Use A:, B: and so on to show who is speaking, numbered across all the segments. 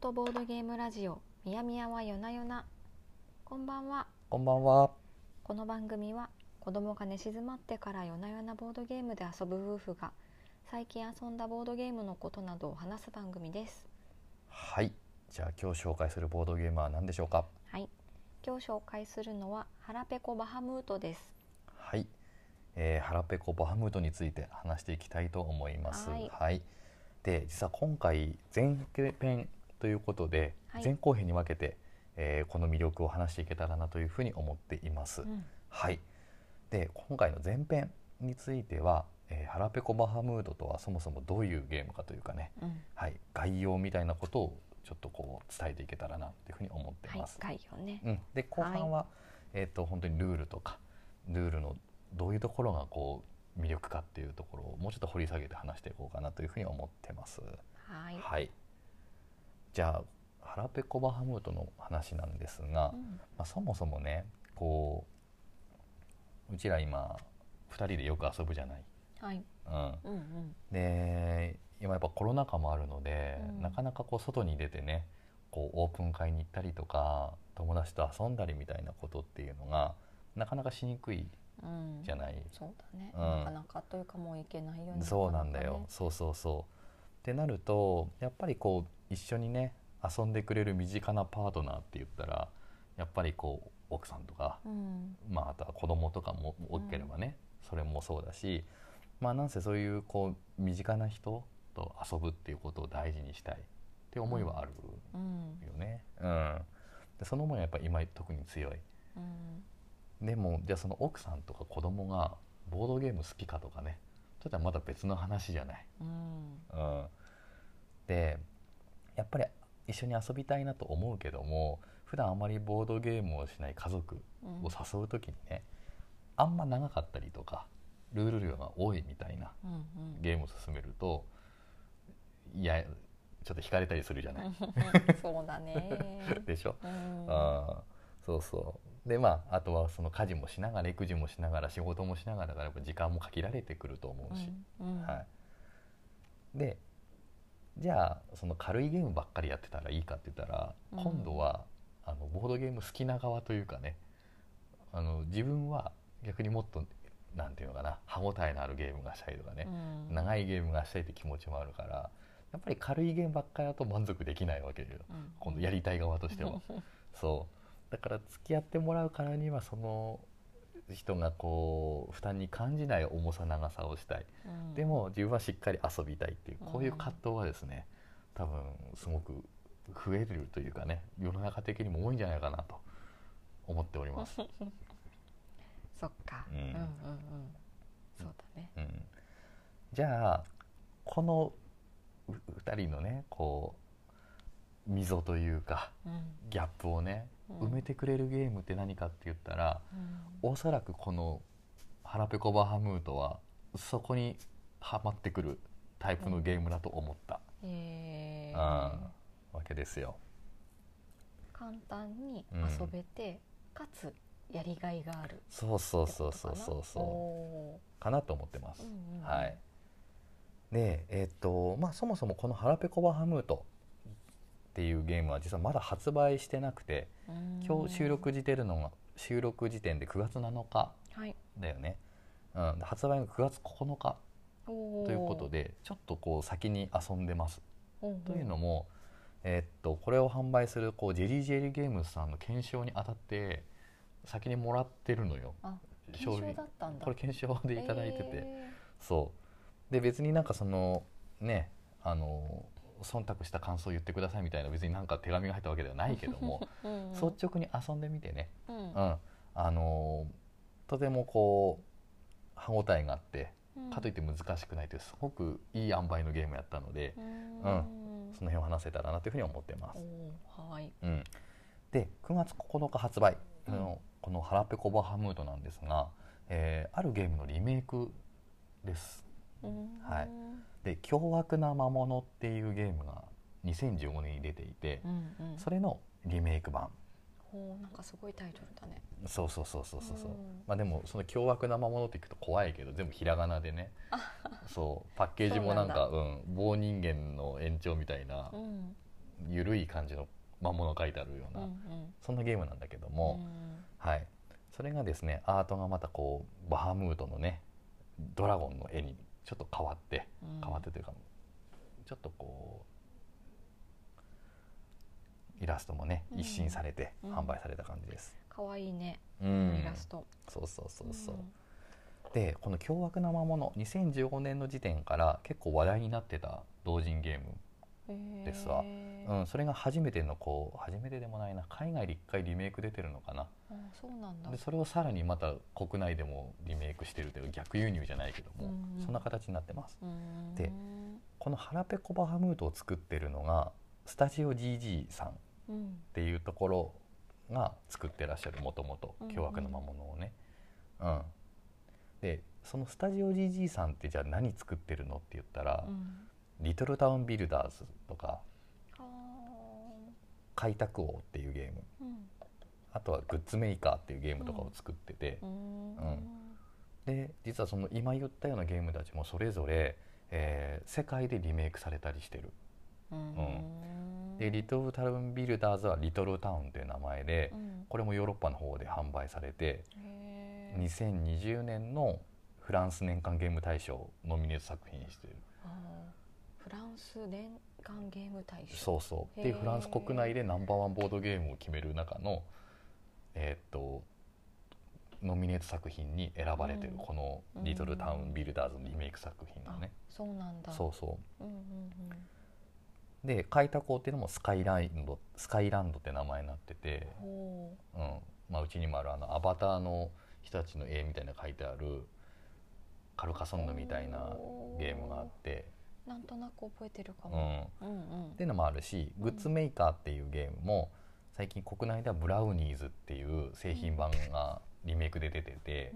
A: トボードゲームラジオみやみやは夜な夜なこんばんは
B: こんばんは。
A: この番組は子供が寝静まってから夜な夜なボードゲームで遊ぶ夫婦が最近遊んだボードゲームのことなどを話す番組です
B: はい。じゃあ今日紹介するボードゲームは何でしょうか。
A: はい今日紹介するのは腹ペコバハムートです
B: はい。えー、ハラペコバハムートについて話していきたいと思います。
A: はい
B: で、実は今回前編ということで、
A: はい
B: 前後編に分けて、えーこの魅力を話していけたらなというふうに思っています。
A: うん
B: はい。で、今回の前編については、えー、ハラペコバハムートとはそもそもどういうゲームかというかね、
A: うん
B: はい、概要みたいなことをちょっとこう伝えていけたらなというふうに思って
A: はい
B: ます。
A: 概要ね
B: うん、で後半は、えっ、と本当にルールとかルールのどういうところがこう魅力かっていうところをもうちょっと掘り下げて話していこうかなというふうに思ってます。
A: はい
B: はい。じゃあハラペコバハムートの話なんですが、
A: う
B: ま
A: ん
B: あ、そもそもねこううちら今2人でよく遊ぶじゃない。
A: はい
B: うん、
A: うんうん
B: で今やっぱコロナ禍もあるので、
A: うん
B: なかなかこう外に出てねこうオープン会に行ったりとか友達と遊んだりみたいなことっていうのがなかなかしにくい
A: うん
B: じゃない、
A: そうだね、
B: うん
A: なかなかというかもう行けないよね
B: そうなんだよ、
A: かかね
B: そうそうそう。ってなるとやっぱりこう一緒にね遊んでくれる身近なパートナーって言ったらやっぱりこう奥さんとか、
A: うん
B: まあ、あとは子供とかも多ければね、それもそうだしまあなんせそういうこう身近な人と遊ぶっていうことを大事にしたいって思いはある
A: うん
B: よね。うん、でその思いはやっぱ今特に強い。
A: うん
B: でもじゃあその奥さんとか子供がボードゲーム好きかとかねちょっとまだ別の話じゃない。
A: うん
B: うん、でやっぱり一緒に遊びたいなと思うけども普段あまりボードゲームをしない家族
A: うん
B: を誘う時にねあんま長かったりとかルール量が多いみたいな
A: うんうん
B: ゲームを進めるといやちょっと惹かれたりするじゃない、
A: そうだ ね。
B: でしょ、
A: うん
B: あーそうそうでまああとはその家事もしながら育児もしながら仕事もしながらだからやっぱ時間も限られてくると思うし、
A: うんうん
B: はい、でじゃあその軽いゲームばっかりやってたらいいかって言ったら、
A: うん
B: 今度はあのボードゲーム好きな側というかねあの自分は逆にもっとなんていうのかな歯応えのあるゲームがしたいとかね、
A: うん
B: 長いゲームがしたいって気持ちもあるからやっぱり軽いゲームばっかりだと満足できないわけよ
A: うん
B: 今度やりたい側としては。そうだから付き合ってもらうからにはその人がこう負担に感じない重さ長さをしたい
A: うん
B: でも自分はしっかり遊びたいっていう
A: うん
B: こういう葛藤はですね多分すごく増えるというかね世の中的にも多いんじゃないかなと思っております。
A: そっか。
B: うん
A: うんうんうん。そうだね。
B: うん、じゃあこの2人のねこう溝というか
A: うん
B: ギャップをね
A: うん
B: 埋めてくれるゲームって何かって言ったら、
A: うん
B: おそらくこの「ハラペコバハムート」はそこにはまってくるタイプのゲームだと思った、
A: え
B: う
A: ー
B: んわけですよ。
A: 簡単に
B: うん
A: 遊べて、かつやりがいがある。
B: そうそうそうそうそうそ
A: お
B: うかなと思ってます。
A: ーうんうん
B: はい。でえっとまあそもそもこの「ハラペコバハムート」っていうゲームは実はまだ発売してなくて
A: うん
B: 今日収録時点のが収録時点で9月7日
A: はい。
B: だよね、うん、で発売が9月9日
A: と
B: ということでちょっとこう先に遊んでますというのも、えーっとこれを販売するこうジェリージェリーゲームズさんの検証に当たって先にもらってるのよ
A: あ検証だったんだ
B: これ検証でいただいてて、
A: え
B: そうで別になんかそのねあの忖度した感想を言ってくださいみたいな別になんか手紙が入ったわけではないけども
A: ー うんうん
B: 率直に遊んでみてね、
A: う
B: うんんあのとてもこう歯応えがあって
A: うん
B: かといって難しくないというすごくいい塩梅のゲームやったので、
A: うん
B: その辺を話せたらなというふうに思ってます。
A: おーはい
B: うん、で9月9日発売
A: うん
B: の、この「ハラペコバハムート」なんですが、えーあるゲームのリメイクです。は
A: はい
B: で「凶悪な魔物」っていうゲームが2015年に出ていて
A: う、んうん、
B: それのリメイク版
A: ほうなんかすごいタイトルだね。
B: そうそうそうそうそうそう、
A: うん
B: まあでもその凶悪な魔物って聞くと怖いけど全部ひらがなでねそうパッケージもなんかうん棒人間の延長みたいな
A: うん、
B: 緩い感じの魔物が書いてあるよう
A: うん
B: な、
A: うん
B: そんなゲームなんだけど
A: う
B: も、
A: ん
B: はい、それがですねアートがまたこうバハムートのねドラゴンの絵にちょっと変わって
A: うん
B: 変わってというか、ちょっとこうイラストもね
A: うん
B: 一新されて
A: うん
B: 販売された感じです。
A: 可愛いね、
B: うん
A: イラスト
B: そうそうそうそう、でこの「凶悪な魔物」2015年の時点から結構話題になってた同人ゲーム、
A: うん
B: ですわ
A: へー
B: うん、それが初めてのこう初めてでもないな海外で一回リメイク出てるのかな
A: あそうなんだ
B: でそれをさらにまた国内でもリメイクしてるという逆輸入じゃないけども、
A: うんうん
B: そんな形になってます
A: うん
B: でこの「腹ペコバハムート」を作ってるのがスタジオ GG さんっ
A: うん
B: ていうところが作ってらっしゃるもともと
A: うんうん
B: 凶悪な魔物をねうん、でそのスタジオ GG さんってじゃあ何作ってるのって言ったら
A: う
B: 「
A: ん
B: リトルタウンビルダーズ」とか
A: あー
B: 「開拓王」っていうゲーム
A: うん
B: あとは「グッズメーカー」っていうゲームとかを作ってて、
A: うん
B: うんで実はその今言ったようなゲームたちもそれぞれ、えー世界でリメイクされたりしてる。
A: うん
B: で「リトルタウンビルダーズ」は「リトルタウン」という名前で、
A: うん
B: これもヨーロッパの方で販売されて
A: へー
B: 2020年のフランス年間ゲーム大賞ノミネート作品にしてる
A: あーフランス年間ゲーム大賞
B: そうそう
A: へ
B: で
A: ー
B: フランス国内でナンバーワンボードゲームを決める中のえーっとノミネート作品に選ばれて
A: う
B: る、
A: ん
B: この「リトルタウンビルダーズ」のリメイク作品のね、
A: あそうなんだ
B: そうそう
A: うんうん
B: で開拓王っていうのもスカイラインドスカイランドって名前になってて、
A: うんほ
B: うんまあ、うちにもあるあのアバターの人たちの絵みたいなの書いてあるカルカソンヌみたいなゲームがあって、
A: うなんとなく覚えてるか
B: うん、
A: も、
B: っ
A: うん、うん
B: ていうのもあるしグッズメーカーっていうゲームも最近国内ではブラウニーズっていう製品版がリメイクで出てて、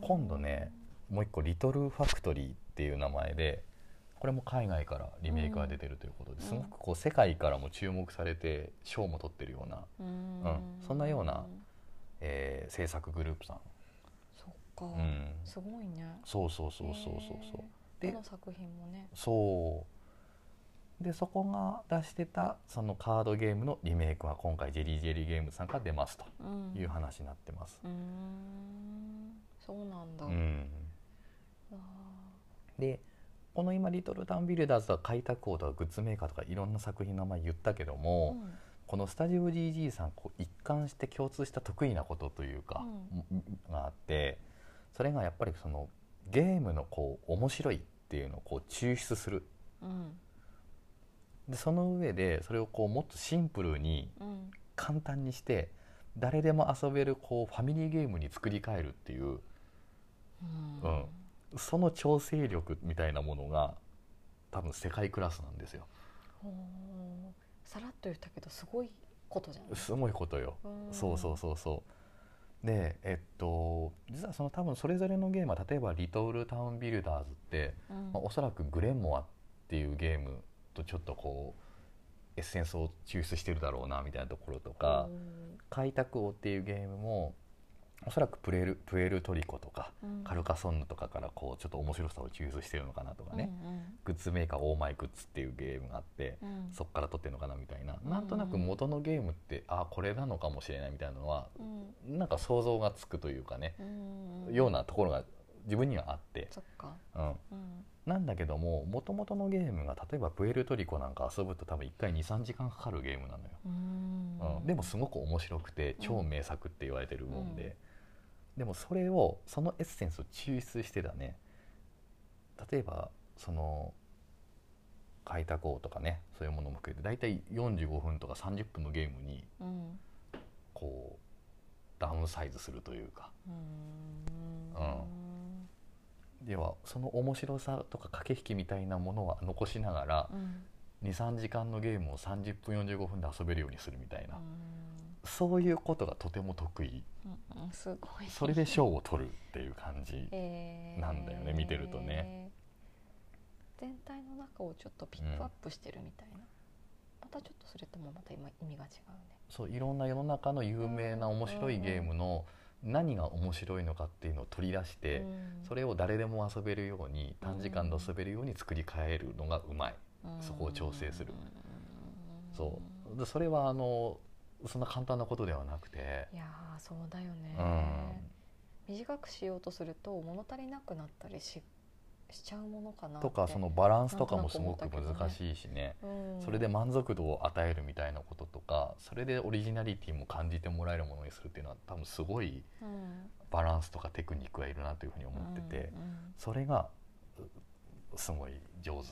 A: うん
B: 今度ねもう一個リトルファクトリーっていう名前でこれも海外からリメイクが出てるということで、
A: うん
B: すごくこう世界からも注目されて賞も取ってるような、
A: うん
B: うんそんなようなえー制作グループさん、
A: そっか、
B: うん、
A: すごいね
B: そうそうそうそうそうそう
A: へー
B: で
A: どの作品もね
B: そうでそこが出してたそのカードゲームのリメイクは今回ジェリージェリーゲームさんから出ますと
A: うん
B: いう話になってます、
A: うーんそうなんだ、
B: う
A: うんん、あ
B: でこの今「リトルタウンビルダーズ」とか「開拓王」とか「グッズメーカー」とかいろんな作品の名前言ったけど
A: ー
B: も、
A: うん
B: このスタジオ GG さんこう一貫して共通した得意なことというか、があってそれがやっぱりそのゲームのこう面白いっていうのをこう抽出する
A: うん
B: でその上でそれをこうもっとシンプルに
A: うん
B: 簡単にして誰でも遊べるこうファミリーゲームに作り変えるっていう
A: うん
B: うんその調整力みたいなものが多分世界クラスなんですよ
A: ほーさらっと言ったけどすごいことじゃない
B: すごいことよ。そうそうそうそうでえっと実はその多分それぞれのゲームは例えば「リトルタウンビルダーズ」って、
A: うん、うん
B: まあおそらく「グレンモア」っていうゲームとちょっとこうエッセンスを抽出してるだろうなみたいなところとか「開拓王」っていうゲームもおそらくプレルプエルトリコとか
A: うん
B: カルカソンヌとかからこうちょっと面白さを抽出してるのかなとかね、
A: うん
B: グッズメーカー「オーマイグッズ」っていうゲームがあって、
A: うん
B: そっから撮ってるのかなみたいな、
A: うん
B: なんとなく元のゲームってあこれなのかもしれないみたいなのは
A: うん
B: なんか想像がつくというかね、
A: うん
B: ようなところが自分にはあって、
A: そっか
B: うん、
A: うん
B: なんだけども元々のゲームが例えばプエルトリコなんか遊ぶと多分1回23時間かかるゲームなのよ、
A: うん
B: うん、でもすごく面白くて超名作って言われてるもんで、
A: うん
B: でもそれをそのエッセンスを抽出してたね例えばその開拓王とかねそういうものも含めて大体45分とか30分のゲームに
A: うん
B: こうダウンサイズするというか
A: うん
B: ではその面白さとか駆け引きみたいなものは残しながら
A: うん
B: 23時間のゲームを30分45分で遊べるようにするみたいな、
A: うん
B: そういうことがとても得意
A: うんすごい
B: それで賞を取るっていう感じ。
A: えー
B: なんだよね見てるとね
A: 全体の中をちょっとピックアップしてるみたいな、またちょっとそれともまた今意味が違うね
B: そういろんな世の中の有名な面白いゲームの何が面白いのかっていうのを取り出して、そ
A: れ、
B: れを誰でも遊べるように短時間で遊べるように作り変えるのがうまいそこを調整する
A: うん
B: そうでそれはあのそんな簡単なことではなくて、
A: いやーそうだよね、
B: うん、
A: 短くしようとすると物足りなくなったりししちゃうものかなって
B: とかそのバランスとかもすごく難しいしね
A: うん
B: それで満足度を与えるみたいなこととかそれでオリジナリティも感じてもらえるものにするっていうのは多分すごい
A: うん
B: バランスとかテクニックがいるなというふうに思ってて、
A: うんうん
B: それがうすごい上手。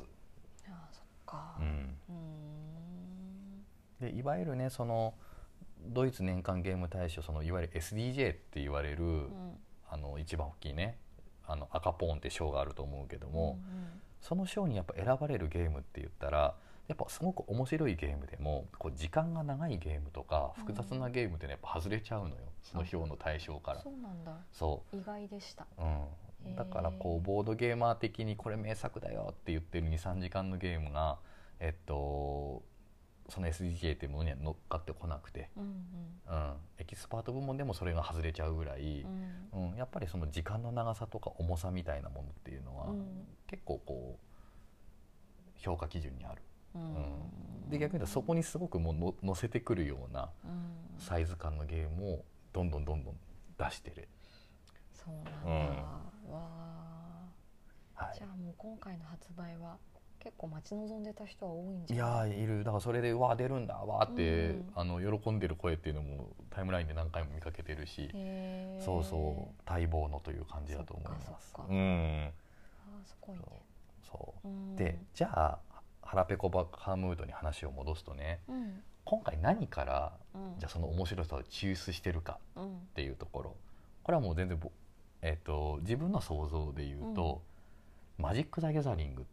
A: あーそっか
B: うん
A: うーん
B: でいわゆるねそのドイツ年間ゲーム大賞そのいわゆる SDJ って言われる、
A: うん
B: あの一番大きいねあの赤ポーンって賞があると思うけども、
A: うん
B: その賞にやっぱ選ばれるゲームって言ったらやっぱすごく面白いゲームでもこう時間が長いゲームとか
A: うん
B: 複雑なゲームって、ね、やっぱ外れちゃうのよその表の対象か
A: う
B: ら
A: ん。そうなんだ
B: そ
A: 意外でした
B: う、う
A: へ
B: ん、
A: ー
B: だからこうボードゲーマー的にこれ名作だよって言ってる23時間のゲームが、えっと、その SDGA っていうものには乗っかってこなくて、
A: うん
B: うん、エキスパート部門でもそれが外れちゃうぐらい
A: うんう、ん
B: うん、やっぱりその時間の長さとか重さみたいなものっていうのは、
A: うん
B: 結構こう評価基準にある、
A: うん
B: で逆に言うとそこにすごくもうの乗せてくるような
A: うん
B: サイズ感のゲームをどんどんどんどん出してる、
A: そうなんだ、
B: うん
A: わあ
B: は
A: じゃあもう今回の発売は結構待ち望んでた人は多いん
B: い、
A: じ
B: い
A: ゃ
B: や
A: ない
B: ーいるだからそれで「わあ出るんだわあ」っ
A: う
B: て、
A: ん
B: あの喜んでる声っていうのもタイムラインで何回も見かけてるし、
A: へー
B: そうそう待望のという感じだと思います
A: そっかそっ。か
B: うん
A: あーすごいね
B: そう
A: うん
B: でじゃあ腹ペコバカムードに話を戻すとね
A: うん
B: 今回何から
A: うん
B: じゃあその面白さを抽出してるか
A: うん
B: っていうところこれはもう全然ぼ、えっと自分の想像で言うと、マジック・ザ・ギャザリングっ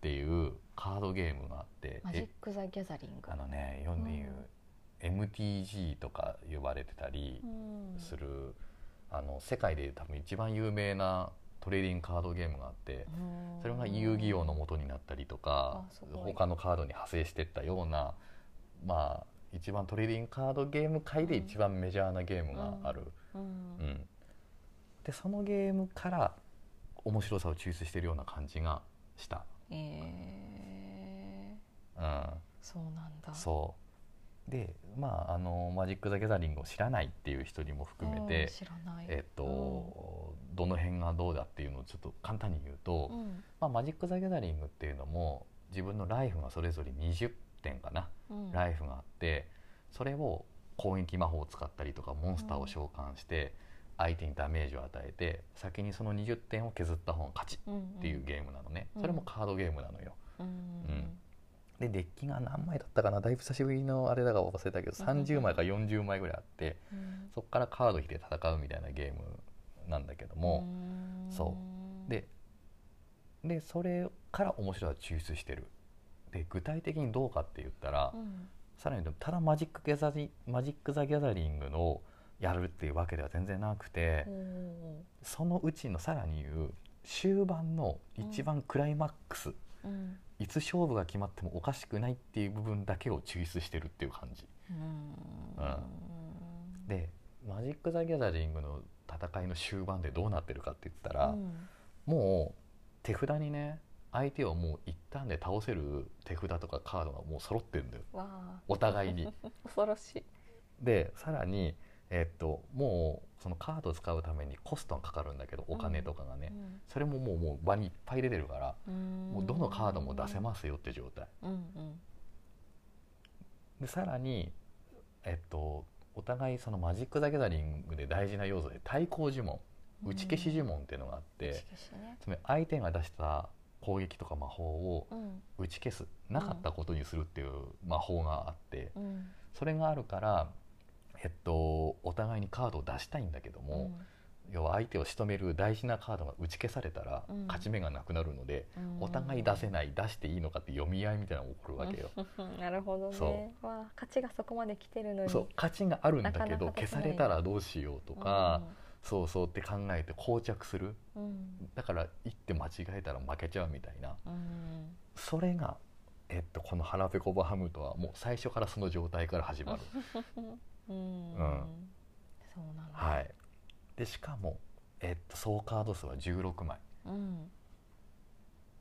B: ていうカードゲームがあって
A: マジ
B: え
A: ック・ザ・ギャザリング
B: あのね世に言う、MTG とか呼ばれてたり
A: うん
B: する、あの世界で多分一番有名なトレーディングカードゲームがあって、
A: うん
B: それが遊戯王の元になったりとか
A: あすごい
B: 他のカードに派生していったようなまあ一番トレーディングカードゲーム界で
A: うん
B: 一番メジャーなゲームがある、
A: うん
B: うんでそのゲームから面白さを抽出しているような感じがした、
A: えー
B: うん、
A: そうなんだ
B: そうでまああのマジック・ザ・ギャザリングを知らないっていう人にも含め
A: うん
B: て、
A: 知らない
B: えっとどの辺がどうだっていうのをちょっと簡単に言うと、
A: うんうん
B: まあ、マジック・ザ・ギャザリングっていうのも自分のライフがそれぞれ20点かな、
A: うん
B: ライフがあってそれを攻撃魔法を使ったりとかモンスターを召喚して相手にダメージを与えて先にその20点を削った方が勝ちっていうゲームなのね、
A: うん
B: それもカードゲームなのよ。
A: うんうん
B: でデッキが何枚だったかなだいぶ久しぶりのあれだが忘れたけど
A: うんうん
B: 30枚か40枚ぐらいあって
A: うん
B: そこからカード引いて戦うみたいなゲームなんだけども、
A: うん
B: そででそれから面白いを抽出してるで具体的にどうかって言ったら、
A: うん
B: さらに言うとただマジック・ギャザリマジック・ザ・ギャザリングのやるっていうわけでは全然なくて、
A: おー
B: そのうちのさらに言う終盤の一番クライマックス、
A: うん
B: いつ勝負が決まってもおかしくないっていう部分だけを抽出してるっていう感じ
A: うん
B: でマジック・ザ・ギャザリングの戦いの終盤でどうなってるかって言った
A: う
B: ら、
A: ん
B: もう手札にね相手をもう一旦で倒せる手札とかカードがもう揃ってるんだよ
A: わあ
B: お互いに。
A: 恐ろしい
B: でさらに、えっともうそのカードを使うためにコストがかかるんだけどお金とかがね、それももうもう場にいっぱい出てるから、も
A: も
B: うどのカードも出せ
A: す
B: ますよって状態。
A: うんうん
B: でさらに、えっとお互いそのマジック・ザ・ギャザリングで大事な要素で対抗呪文打ち消し呪文っていうのがあっ
A: うん
B: て、
A: 打ち消しね
B: つまり相手が出した攻撃とか魔法を
A: うん
B: 打ち消すなかったことにするっていう魔法があって
A: うん
B: それがあるから、えっと、お互いにカードを出したいんだけども、要は相手を仕留める大事なカードが打ち消されたら
A: うん
B: 勝ち目がなくなるので、
A: うん
B: お互い出せない出していいのかって読み合いみたいなのが起こるわけよ。
A: うん なるほどね
B: そ
A: わあ勝ちがそこまで来てるのに
B: そう勝ちがあるんだけ
A: なか
B: ど
A: なか立
B: 消
A: た
B: さ
A: ない
B: れたらどうしようとか、そうそうって考えて膠着する
A: うんうん
B: だから一手間違えたら負けちゃうみたいな
A: うん
B: それが、えっと、この「腹ペコバハムト」はもう最初からその状態から始まる。
A: うん
B: うん
A: そうなんだ
B: はい、でしかも、えっと、総カード数は16枚
A: うん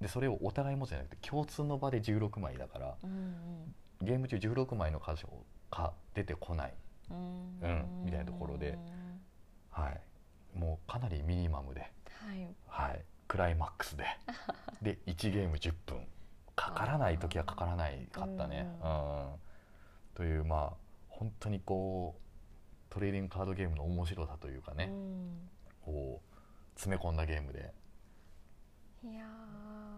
B: でそれをお互いもじゃなくて共通の場で16枚だから
A: うんうん
B: ゲーム中16枚の箇所が出てこない、
A: うーん
B: うんみたいなところではい、もうかなりミニマムで、
A: はい
B: はい、クライマックス でで1ゲーム10分かからない時はかからないかったね。
A: う
B: うんというまあ本当にこうトレーディングカードゲームの面白さというかね、こう詰め込んだゲームで、
A: うんいやー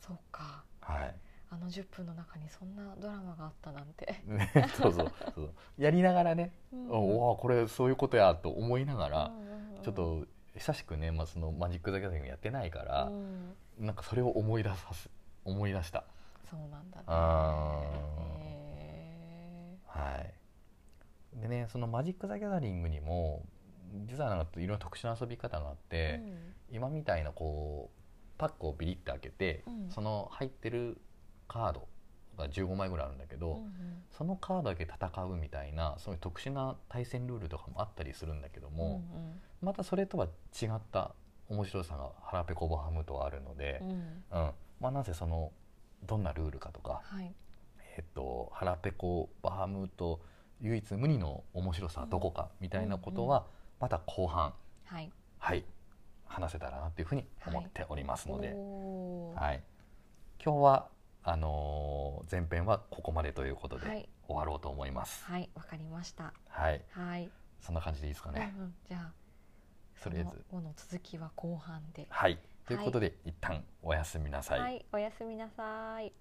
A: そうか
B: はい、
A: あの10分の中にそんなドラマがあったなんて、
B: そうそうそうやりながらね、
A: う
B: うんおおこれそういうことやと思いながら、
A: うんうんうん
B: ちょっと久しくね、まあ、そのマジック・ザ・ギャザリングやってないから
A: う、ん
B: なんかそれを思い出さす思い出した
A: そうなんだね
B: あー
A: へ
B: はいでねそのマジック・ザ・ギャザリングにも実はなんかいろんな特殊な遊び方があっ
A: ー
B: て、
A: うん
B: 今みたいなこうパックをビリッと開けて、
A: うん
B: その入ってるカードが15枚ぐらいあるんだけど、
A: うんうん
B: そのカードだけ戦うみたいなそういう特殊な対戦ルールとかもあったりするんだけども、またそれとは違った面白さが腹ペコボハムとはあるので
A: うん、うんうん
B: うんまあなんせそのどんなルールかとか、
A: はい
B: えっと、腹ペコバハムと唯一無二の面白さはどこかみたいなことはまた後半、
A: はい
B: はい話せたらなっていうふうに思っておりますので、はい
A: おー
B: 今日はあのー前編はここまでということで
A: はい
B: 終わろうと思います。
A: はいわかりました
B: はい
A: はい、
B: そんな感じでいいですかね。
A: うんうんじゃあ
B: とりあえず
A: その後の続きは後半で
B: はい。ということで、一旦おやすみなさい。
A: はい、おやすみなさい。